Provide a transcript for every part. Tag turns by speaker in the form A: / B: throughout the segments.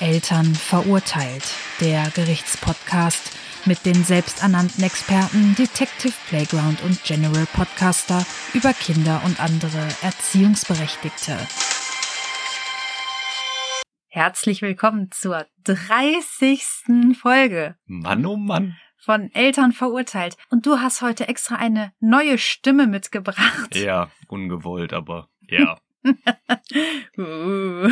A: Eltern verurteilt. Der Gerichtspodcast mit den selbsternannten Experten Detective Playground und General Podcaster über Kinder und andere Erziehungsberechtigte. Herzlich willkommen zur 30. Folge
B: Mann, oh Mann.
A: von Eltern verurteilt. Und du hast heute extra eine neue Stimme mitgebracht.
B: Ja, ungewollt, aber ja.
A: Uh.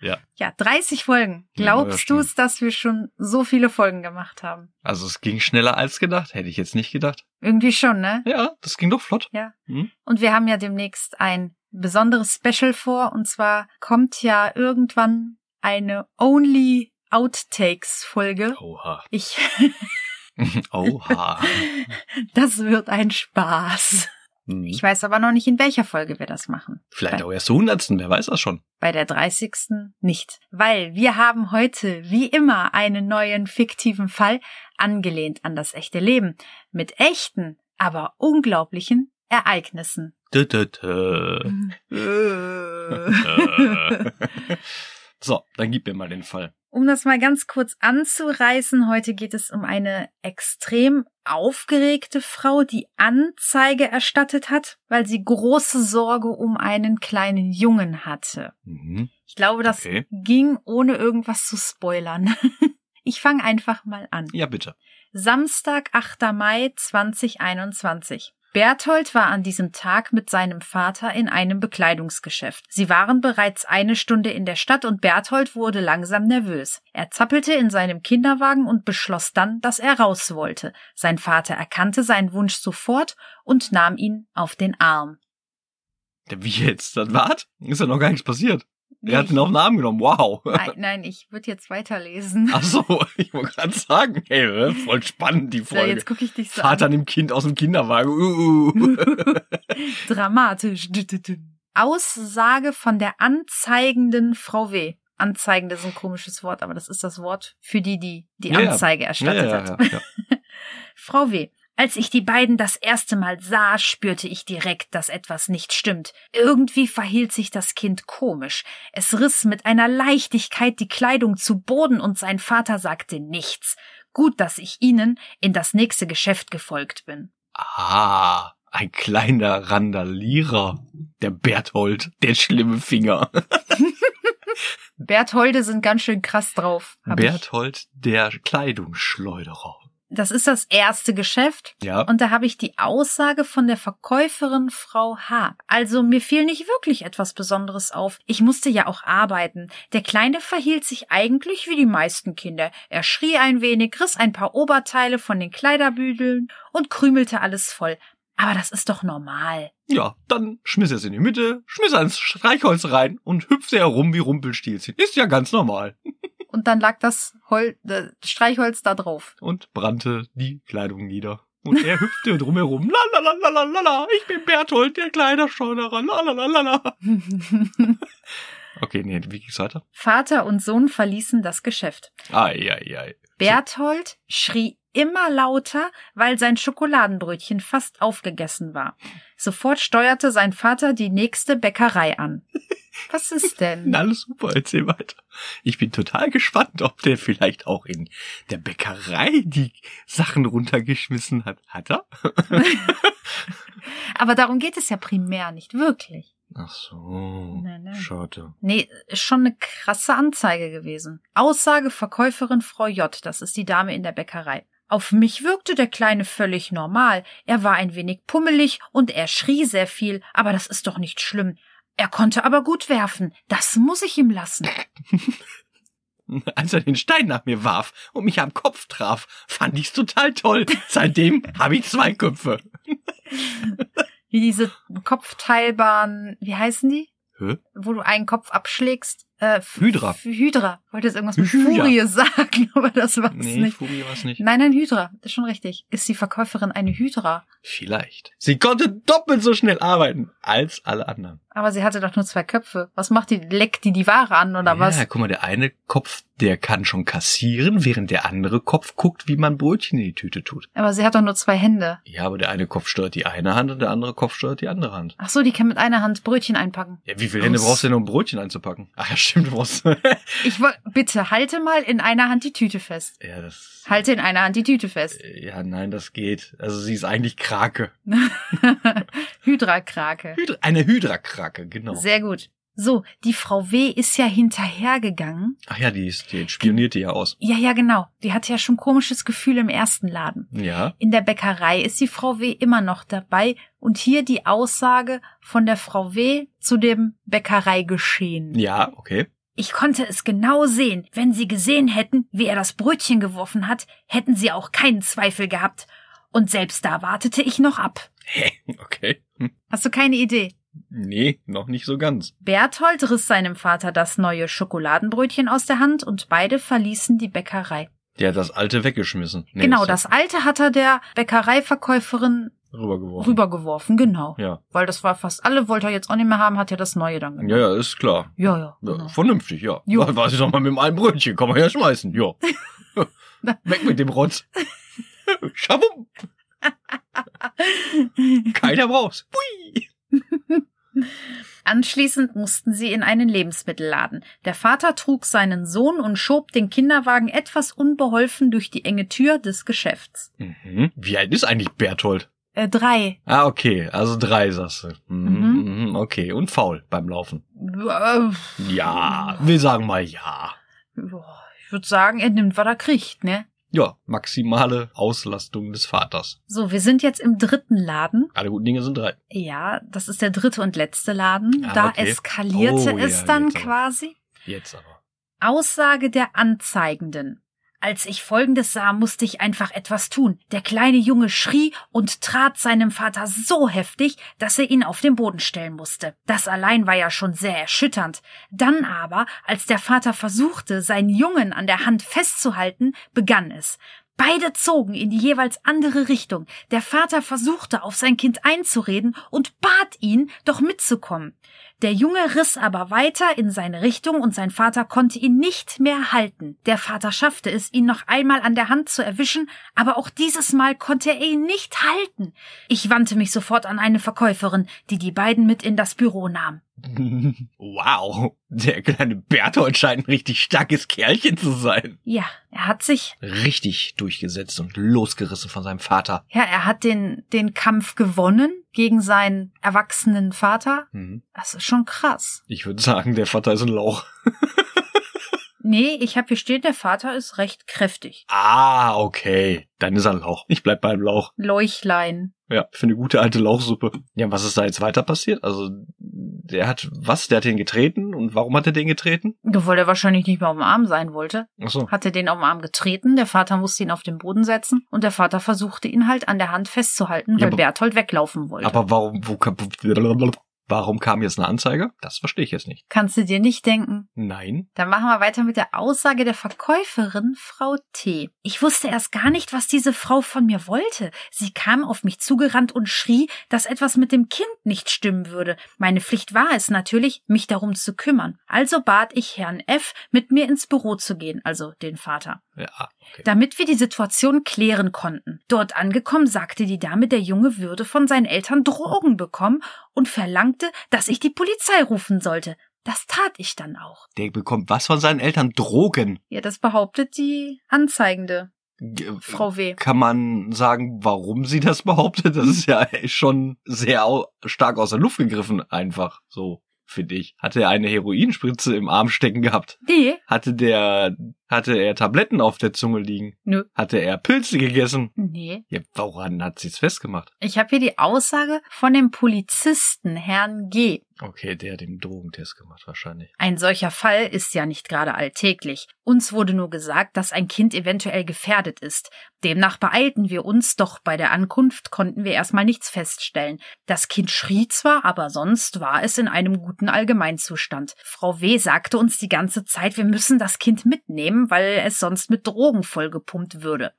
B: Ja.
A: Ja, 30 Folgen.
B: Ja, das
A: Glaubst du
B: stimmt.
A: es, dass wir schon so viele Folgen gemacht haben?
B: Also es ging schneller als gedacht. Hätte ich jetzt nicht gedacht.
A: Irgendwie schon, ne?
B: Ja, das ging doch flott.
A: Ja.
B: Hm?
A: Und wir haben ja demnächst ein besonderes Special vor. Und zwar kommt ja irgendwann eine Only Outtakes Folge.
B: Oha.
A: Ich,
B: Oha.
A: das wird ein Spaß.
B: Hm.
A: Ich weiß aber noch nicht, in welcher Folge wir das machen.
B: Vielleicht auch erst zur hundertsten, wer weiß das schon.
A: Bei der 30. nicht. Weil wir haben heute, wie immer, einen neuen fiktiven Fall, angelehnt an das echte Leben, mit echten, aber unglaublichen Ereignissen.
B: Dö, dö, dö. Äh.
A: um
B: so, dann gib mir mal den Fall.
A: das mal ganz kurz anzureißen, heute geht es um eine extrem aufgeregte Frau, die Anzeige erstattet hat, weil sie große Sorge um einen kleinen Jungen hatte.
B: Mhm.
A: Ich glaube, das
B: Okay.
A: ging ohne irgendwas zu spoilern. Ich fange einfach mal an.
B: Ja, bitte.
A: Samstag, 8. Mai 2021. Berthold war an diesem Tag mit seinem Vater in einem Bekleidungsgeschäft. Sie waren bereits eine Stunde in der Stadt und Berthold wurde langsam nervös. Er zappelte in seinem Kinderwagen und beschloss dann, dass er raus wollte. Sein Vater erkannte seinen Wunsch sofort und nahm ihn auf den Arm.
B: Ja, Wie jetzt? Das wart? Ist ja noch gar nichts passiert. Er hat ihn auf den Arm genommen. Wow.
A: Nein, nein, ich würde jetzt weiterlesen.
B: Ach so, ich wollte gerade sagen, hey, äh, voll spannend die
A: So,
B: Folge.
A: jetzt gucke ich dich so
B: Vater
A: an.
B: nimmt Kind aus dem Kinderwagen. Uh, uh.
A: Dramatisch. Aussage von der anzeigenden Frau W. Anzeigende ist ein komisches Wort, aber das ist das Wort für die, die die
B: Ja, ja.
A: Anzeige erstattet hat.
B: ja.
A: Frau W. Als ich die beiden das erste Mal sah, spürte ich direkt, dass etwas nicht stimmt. Irgendwie verhielt sich das Kind komisch. Es riss mit einer Leichtigkeit die Kleidung zu Boden und sein Vater sagte nichts. Gut, dass ich ihnen in das nächste Geschäft gefolgt bin.
B: Ah, ein kleiner Randalierer. Der Berthold, der schlimme Finger.
A: Bertholde sind ganz schön krass drauf. hab ich.
B: Berthold, der Kleidungsschleuderer.
A: Das ist das erste Geschäft.
B: Ja.
A: Und da habe ich die Aussage von der Verkäuferin Frau H. Also mir fiel nicht wirklich etwas Besonderes auf. Ich musste ja auch arbeiten. Der Kleine verhielt sich eigentlich wie die meisten Kinder. Er schrie ein wenig, riss ein paar Oberteile von den Kleiderbügeln und krümelte alles voll. Aber das ist doch normal.
B: ja, dann schmiss er es in die Mitte, schmiss er ins Streichholz rein und hüpfte herum wie Rumpelstilzchen. Ist ja ganz normal.
A: Und dann lag das Hol äh, Streichholz da drauf.
B: Und brannte die Kleidung nieder. Und er hüpfte drumherum. La la la la la la. Ich bin Berthold, der Kleiderschleuderer. La la la la la. Okay, nee, wie geht's weiter?
A: Vater und Sohn verließen das Geschäft.
B: Ei, ei, ei.
A: Berthold schrie immer lauter, weil sein Schokoladenbrötchen fast aufgegessen war. Sofort steuerte sein Vater die nächste Bäckerei an. Was ist denn?
B: Na, alles super, erzähl weiter. Ich bin total gespannt, ob der vielleicht auch in der Bäckerei die Sachen runtergeschmissen hat. Hat er?
A: Aber darum geht es ja primär nicht wirklich.
B: Ach so.
A: Nein, nein.
B: Schade.
A: Nee, ist schon eine krasse Anzeige gewesen. Aussage Verkäuferin Frau J, das ist die Dame in der Bäckerei. Auf mich wirkte der Kleine völlig normal. Er war ein wenig pummelig und er schrie sehr viel, aber das ist doch nicht schlimm. Er konnte aber gut werfen. Das muss ich ihm lassen.
B: Als er den Stein nach mir warf und mich am Kopf traf, fand ich's total toll. Seitdem habe ich zwei Köpfe.
A: Wie diese kopfteilbaren, wie heißen die?
B: Hä?
A: Wo du einen Kopf abschlägst. Äh, F-
B: Hydra.
A: F- Hydra. Wollte jetzt irgendwas mit
B: Hydra.
A: Furie sagen, aber das war's nicht.
B: Fumi war's nicht.
A: Nein, nein, Hydra. Ist schon richtig. Ist die Verkäuferin eine Hydra?
B: Vielleicht. Sie konnte doppelt so schnell arbeiten als alle anderen.
A: Aber sie hatte doch nur zwei Köpfe. Was macht die? Leckt die die Ware an oder
B: ja,
A: was?
B: guck mal, der eine Kopf, der kann schon kassieren, während der andere Kopf guckt, wie man Brötchen in die Tüte tut.
A: Aber sie hat doch nur zwei Hände.
B: Ja, aber der eine Kopf steuert die eine Hand und der andere Kopf steuert die andere Hand.
A: Ach so, die kann mit einer Hand Brötchen einpacken.
B: Ja, wie viele
A: Hände brauchst du
B: denn, um Brötchen einzupacken? Ach, bestimmt was.
A: Ich woll- bitte halte mal in einer Hand die Tüte fest.
B: ja, das.
A: Halte in einer Hand die Tüte fest.
B: Ja, nein, das geht. Also sie ist eigentlich Krake.
A: Hydrakrake.
B: Hydra, eine Hydra-Krake, genau.
A: Sehr gut. So, die Frau W. ist ja hinterhergegangen.
B: Ach ja, die ist, die spioniert die ja aus.
A: Ja, ja, genau. Die hatte ja schon komisches Gefühl im ersten Laden.
B: Ja.
A: In der Bäckerei ist die Frau W. immer noch dabei und hier die Aussage von der Frau W. zu dem Bäckereigeschehen.
B: Ja, okay.
A: Ich konnte es genau sehen. Wenn Sie gesehen hätten, wie er das Brötchen geworfen hat, hätten Sie auch keinen Zweifel gehabt. Und selbst da wartete ich noch ab.
B: Okay. Hm.
A: Hast du keine Idee?
B: Nee, noch nicht so ganz.
A: Berthold riss seinem Vater das neue Schokoladenbrötchen aus der Hand und beide verließen die Bäckerei.
B: Die hat das alte weggeschmissen. Nee,
A: genau,
B: ist
A: das alte hat er der Bäckereiverkäuferin
B: Rübergeworfen.
A: rübergeworfen, genau.
B: Ja.
A: Weil das war fast alle, wollte er jetzt auch nicht mehr haben, hat ja das neue dann genommen.
B: Ja, ja, ist klar.
A: Ja, ja.
B: Ja,
A: genau.
B: Vernünftig, ja.
A: Jo.
B: ja. Weiß ich doch mal mit dem alten Brötchen. Kann man ja schmeißen, ja. Weg mit dem Rotz. Schabum. Keiner braucht's. Pui.
A: Anschließend mussten sie in einen Lebensmittelladen. Der Vater trug seinen Sohn und schob den Kinderwagen etwas unbeholfen durch die enge Tür des Geschäfts.
B: Mhm. Wie alt ist eigentlich Berthold?
A: Äh, drei.
B: Ah, okay. Also drei, sagst du.
A: Mhm.
B: Mhm. mhm, Okay. Und faul beim Laufen.
A: Äh,
B: Ja. Wir sagen mal ja.
A: boah, Ich würde sagen, er nimmt, was er kriegt, ne?
B: Ja, maximale Auslastung des Vaters.
A: So, wir sind jetzt im dritten Laden.
B: Alle guten Dinge sind drei.
A: Ja, das ist der dritte und letzte Laden.
B: Ah,
A: da
B: okay.
A: eskalierte
B: Oh, ja,
A: es dann
B: jetzt aber.
A: quasi.
B: Jetzt aber.
A: Aussage der Anzeigenden. Als ich Folgendes sah, musste ich einfach etwas tun. Der kleine Junge schrie und trat seinem Vater so heftig, dass er ihn auf den Boden stellen musste. Das allein war ja schon sehr erschütternd. Dann aber, als der Vater versuchte, seinen Jungen an der Hand festzuhalten, begann es. Beide zogen in die jeweils andere Richtung. Der Vater versuchte, auf sein Kind einzureden und bat ihn, doch mitzukommen. Der Junge riss aber weiter in seine Richtung und sein Vater konnte ihn nicht mehr halten. Der Vater schaffte es, ihn noch einmal an der Hand zu erwischen, aber auch dieses Mal konnte er ihn nicht halten. Ich wandte mich sofort an eine Verkäuferin, die die beiden mit in das Büro nahm.
B: Wow. Der kleine Berthold scheint ein richtig starkes Kerlchen zu sein.
A: Ja, er hat sich,
B: richtig durchgesetzt und losgerissen von seinem Vater.
A: ja, er hat den, den Kampf gewonnen gegen seinen erwachsenen Vater. Das ist schon krass.
B: Mhm. Ich würde sagen, der Vater ist ein Lauch.
A: Nee, ich habe hier stehen, der Vater ist recht kräftig.
B: Ah, okay. Dann ist er ein Lauch. Ich bleib beim Lauch.
A: Leuchlein.
B: Ja, für eine gute alte Lauchsuppe. Ja, was ist da jetzt weiter passiert? Also, der hat was? Der hat den getreten? Und warum hat er den getreten?
A: Obwohl er wahrscheinlich nicht mehr auf dem Arm sein wollte.
B: Ach so.
A: hatte den auf den Arm getreten, der Vater musste ihn auf den Boden setzen und der Vater versuchte ihn halt an der Hand festzuhalten,
B: Ja,
A: weil
B: aber-
A: Berthold weglaufen wollte.
B: Aber warum, wo, kam- warum kam jetzt eine Anzeige? Das verstehe ich jetzt nicht.
A: Kannst du dir nicht denken.
B: Nein.
A: Dann machen wir weiter mit der Aussage der Verkäuferin Frau T. Ich wusste erst gar nicht, was diese Frau von mir wollte. Sie kam auf mich zugerannt und schrie, dass etwas mit dem Kind nicht stimmen würde. Meine Pflicht war es natürlich, mich darum zu kümmern. Also bat ich Herrn F., mit mir ins Büro zu gehen, also den Vater.
B: Ja, okay.
A: damit wir die Situation klären konnten. Dort angekommen sagte die Dame, der Junge würde von seinen Eltern Drogen bekommen und verlangte, dass ich die Polizei rufen sollte. Das tat ich dann auch.
B: Der bekommt was von seinen Eltern? Drogen.
A: Ja, das behauptet die Anzeigende, Frau W.
B: kann man sagen, warum sie das behauptet? Das ist ja schon sehr au stark aus der Luft gegriffen, einfach so, finde ich. Hatte er eine Heroinspritze im Arm stecken gehabt?
A: Nee,
B: Hatte der, hatte er Tabletten auf der Zunge liegen?
A: Nö.
B: Hatte er Pilze gegessen?
A: nee.
B: Ja, woran hat sie's festgemacht?
A: Ich habe hier die Aussage von dem Polizisten, Herrn G.
B: Okay, der hat den Drogentest gemacht, wahrscheinlich.
A: Ein solcher Fall ist ja nicht gerade alltäglich. Uns wurde nur gesagt, dass ein Kind eventuell gefährdet ist. Demnach beeilten wir uns, doch bei der Ankunft konnten wir erstmal nichts feststellen. Das Kind schrie zwar, aber sonst war es in einem guten Allgemeinzustand. Frau W. sagte uns die ganze Zeit, wir müssen das Kind mitnehmen, weil es sonst mit Drogen vollgepumpt würde.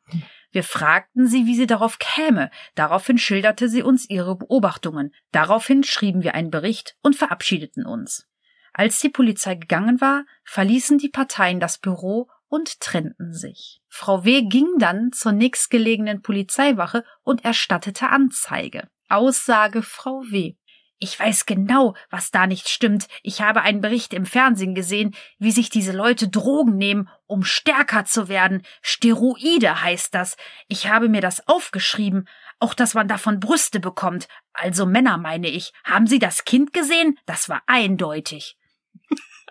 A: Wir fragten sie, wie sie darauf käme. Daraufhin schilderte sie uns ihre Beobachtungen. Daraufhin schrieben wir einen Bericht und verabschiedeten uns. Als die Polizei gegangen war, verließen die Parteien das Büro und trennten sich. Frau W. ging dann zur nächstgelegenen Polizeiwache und erstattete Anzeige. Aussage Frau W. Ich weiß genau, was da nicht stimmt. Ich habe einen Bericht im Fernsehen gesehen, wie sich diese Leute Drogen nehmen, um stärker zu werden. Steroide heißt das. Ich habe mir das aufgeschrieben. Auch, dass man davon Brüste bekommt. Also Männer, meine ich. Haben Sie das Kind gesehen? Das war eindeutig.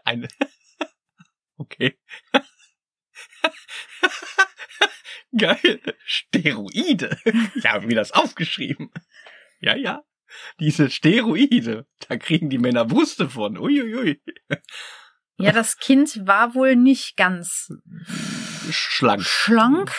B: Eine. Okay. Geil. Steroide. Ich habe mir das aufgeschrieben. Ja, ja. Diese Steroide. Da kriegen die Männer Brüste von. Uiuiui.
A: Ja, das Kind war wohl nicht ganz
B: Schlank.
A: schlank.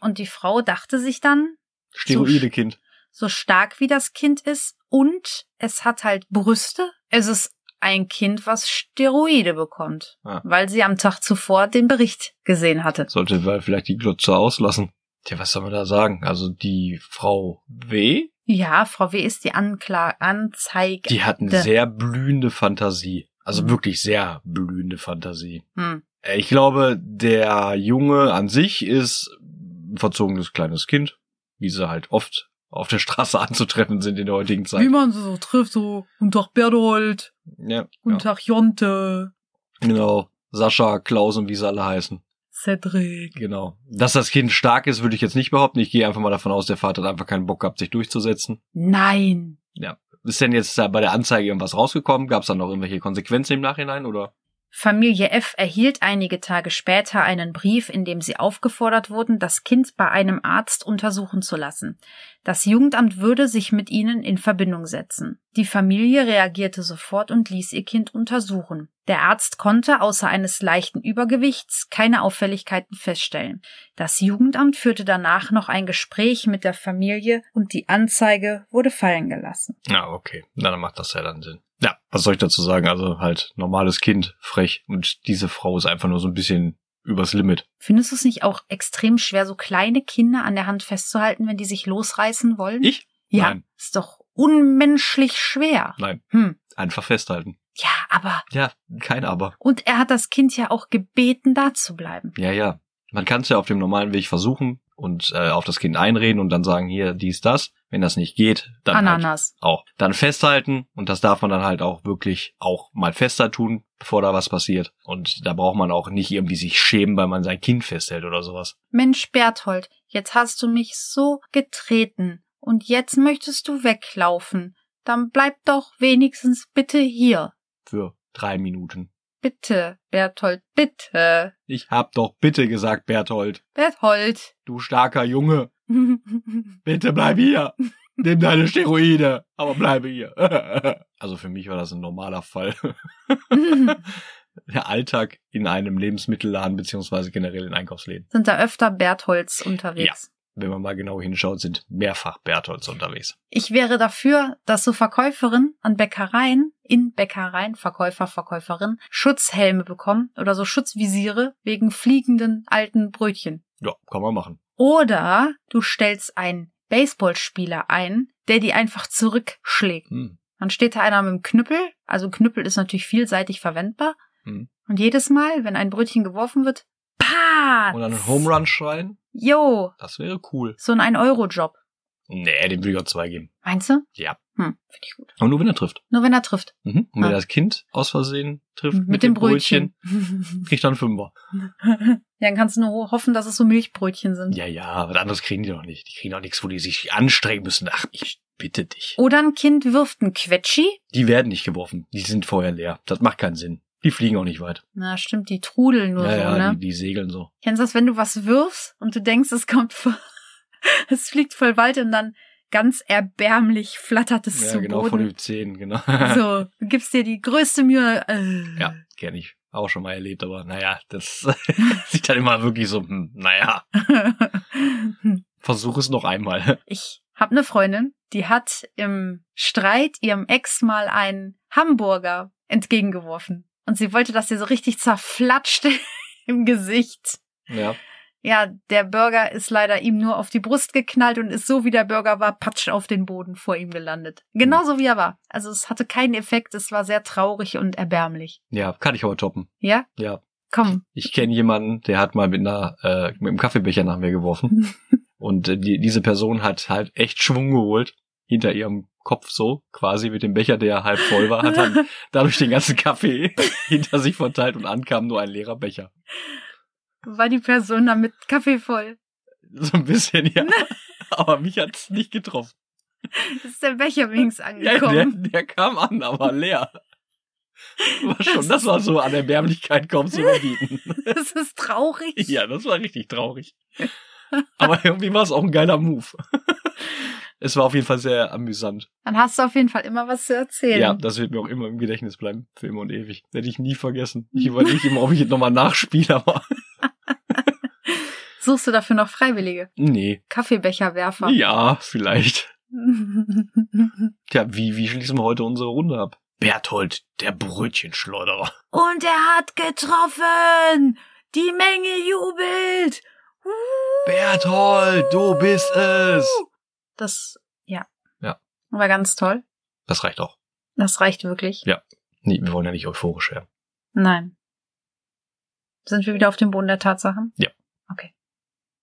A: Und die Frau dachte sich dann,
B: Steroide-Kind.
A: so stark wie das Kind ist und es hat halt Brüste. Es ist ein Kind, was Steroide bekommt,
B: Ah.
A: weil sie am Tag zuvor den Bericht gesehen hatte.
B: Sollte wir vielleicht die Glotze auslassen. Tja, was soll man da sagen? Also die Frau W.,
A: Ja, Frau W. ist die Ankla Anzeige.
B: die hat eine
A: Da.
B: sehr blühende Fantasie. Also
A: Mhm.
B: wirklich sehr blühende Fantasie.
A: Hm.
B: Äh, Ich glaube, der Junge an sich ist ein verzogenes kleines Kind, wie sie halt oft auf der Straße anzutreffen sind in der heutigen Zeit.
A: man sie so trifft, so, guten Tag Berthold,
B: Ja, ja.
A: Tag Jonte,
B: Genau. Sascha, Klaus und wie sie alle heißen.
A: Cedric.
B: Genau. Dass das Kind stark ist, würde ich jetzt nicht behaupten. Ich gehe einfach mal davon aus, der Vater hat einfach keinen Bock gehabt, sich durchzusetzen.
A: Nein.
B: Ist denn jetzt da bei der Anzeige irgendwas rausgekommen? Gab es dann noch irgendwelche Konsequenzen im Nachhinein oder?
A: Familie F erhielt einige Tage später einen Brief, in dem sie aufgefordert wurden, das Kind bei einem Arzt untersuchen zu lassen. Das Jugendamt würde sich mit ihnen in Verbindung setzen. Die Familie reagierte sofort und ließ ihr Kind untersuchen. Der Arzt konnte außer eines leichten Übergewichts keine Auffälligkeiten feststellen. Das Jugendamt führte danach noch ein Gespräch mit der Familie und die Anzeige wurde fallen gelassen.
B: Ja, okay. Na, dann macht das ja dann Sinn. Ja, was soll ich dazu sagen? Also halt normales Kind, frech. Und diese Frau ist einfach nur so ein bisschen übers Limit.
A: Findest du es nicht auch extrem schwer, so kleine Kinder an der Hand festzuhalten, wenn die sich losreißen wollen?
B: Ich?
A: ja,
B: Nein.
A: ist doch unmenschlich schwer.
B: Nein.
A: Hm.
B: Einfach festhalten.
A: Ja, aber.
B: Ja, kein Aber.
A: Und er hat das Kind ja auch gebeten, da zu bleiben.
B: Ja, ja. Man kann es ja auf dem normalen Weg versuchen und äh, auf das Kind einreden und dann sagen, hier, dies, das. Wenn das nicht geht, dann
A: Ah,
B: halt
A: Ananas.
B: auch. Dann festhalten und das darf man dann halt auch wirklich auch mal fester tun, bevor da was passiert. Und da braucht man auch nicht irgendwie sich schämen, weil man sein Kind festhält oder sowas.
A: Mensch, Berthold, jetzt hast du mich so getreten. Und jetzt möchtest du weglaufen. Dann bleib doch wenigstens bitte hier.
B: Für drei Minuten.
A: Bitte, Berthold, bitte.
B: Ich hab doch bitte gesagt, Berthold,
A: Berthold.
B: du starker Junge, bitte bleib hier. Nimm deine Steroide, aber bleibe hier. Also für mich war das ein normaler Fall. Der Alltag in einem Lebensmittelladen beziehungsweise generell in Einkaufsläden.
A: Sind da öfter Bertholds unterwegs?
B: Wenn man mal genau hinschaut, sind mehrfach Bertholds unterwegs.
A: Ich wäre dafür, dass so Verkäuferinnen an Bäckereien, in Bäckereien, Verkäufer, Verkäuferinnen, Schutzhelme bekommen oder so Schutzvisiere wegen fliegenden alten Brötchen.
B: Ja, kann man machen.
A: Oder du stellst einen Baseballspieler ein, der die einfach zurückschlägt.
B: Hm.
A: Dann steht da einer mit dem Knüppel, also Knüppel ist natürlich vielseitig verwendbar.
B: Hm.
A: Und jedes Mal, wenn ein Brötchen geworfen wird, Patz!
B: Und dann einen Home Run schreien?
A: Jo,
B: Das wäre cool.
A: so ein 1-Euro-Job.
B: Nee, dem würde ich auch zwei geben.
A: Meinst du?
B: Ja.
A: Hm, finde ich gut.
B: Aber nur wenn er trifft.
A: Nur wenn er trifft.
B: Mhm. Und wenn
A: Ah. Mhm,
B: das Kind aus Versehen trifft
A: Mit, dem Brötchen.
B: kriegt dann Fünfer.
A: Dann kannst du nur ho- hoffen, dass es so Milchbrötchen sind.
B: Ja, ja, was anderes kriegen die doch nicht. Die kriegen doch nichts, wo die sich anstrengen müssen. Ach, ich bitte dich.
A: Oder ein Kind wirft ein Quetschi.
B: Die werden nicht geworfen. Die sind vorher leer. Das macht keinen Sinn. Die fliegen auch nicht weit.
A: Na, stimmt, die trudeln nur
B: ja,
A: so,
B: ja,
A: ne?
B: die, die segeln so.
A: Kennst du das, wenn du was wirfst und du denkst, es kommt voll, es fliegt voll weit und dann ganz erbärmlich flattert es
B: ja,
A: zu
B: genau, vor
A: Boden.
B: den Zehen, genau.
A: So, du gibst dir die größte Mühe. Äh.
B: Ja, kenne ich. Auch schon mal erlebt, aber naja, das sieht dann immer wirklich so, hm, naja, versuch es noch einmal.
A: ich habe eine Freundin, die hat im Streit ihrem Ex mal einen Hamburger entgegengeworfen. Und sie wollte, dass der so richtig zerflatscht im Gesicht.
B: ja.
A: Ja, der Burger ist leider ihm nur auf die Brust geknallt und ist so wie der Burger war, patsch auf den Boden vor ihm gelandet. Genauso wie er war. Also es hatte keinen Effekt, es war sehr traurig und erbärmlich.
B: Ja, kann ich aber toppen.
A: Ja?
B: Ja.
A: Komm.
B: Ich kenne jemanden, der hat mal mit einer äh, mit einem Kaffeebecher nach mir geworfen und äh, die, diese Person hat halt echt Schwung geholt hinter ihrem Kopf so, quasi mit dem Becher, der halb voll war, hat dann dadurch den ganzen Kaffee hinter sich verteilt und ankam nur ein leerer Becher.
A: War die Person damit Kaffee voll?
B: So ein bisschen, ja. Aber mich hat's nicht getroffen.
A: Ist der Becher wenigstens
B: Ja, der,
A: angekommen?
B: der kam an, aber leer. War schon,
A: Das
B: das war so an Erbärmlichkeit kaum zu überbieten.
A: das ist traurig.
B: Ja, das war richtig traurig. Aber irgendwie war es auch ein geiler Move. Es war auf jeden Fall sehr amüsant.
A: Dann hast du auf jeden Fall immer was zu erzählen.
B: Ja, das wird mir auch immer im Gedächtnis bleiben. Für immer und ewig. Werde ich nie vergessen. Ich überlege immer, ob ich es nochmal nachspiele, aber
A: Suchst du dafür noch Freiwillige?
B: nee.
A: Kaffeebecherwerfer.
B: Ja, vielleicht. Tja, wie, wie schließen wir heute unsere Runde ab? Berthold, der Brötchenschleuderer.
A: Und er hat getroffen! Die Menge jubelt! Uh.
B: Berthold, du bist es!
A: Das, ja.
B: Ja.
A: War ganz toll.
B: Das reicht auch.
A: Das reicht wirklich.
B: Nee, wir wollen ja nicht euphorisch werden.
A: Nein. Sind wir wieder auf dem Boden der Tatsachen?
B: Ja.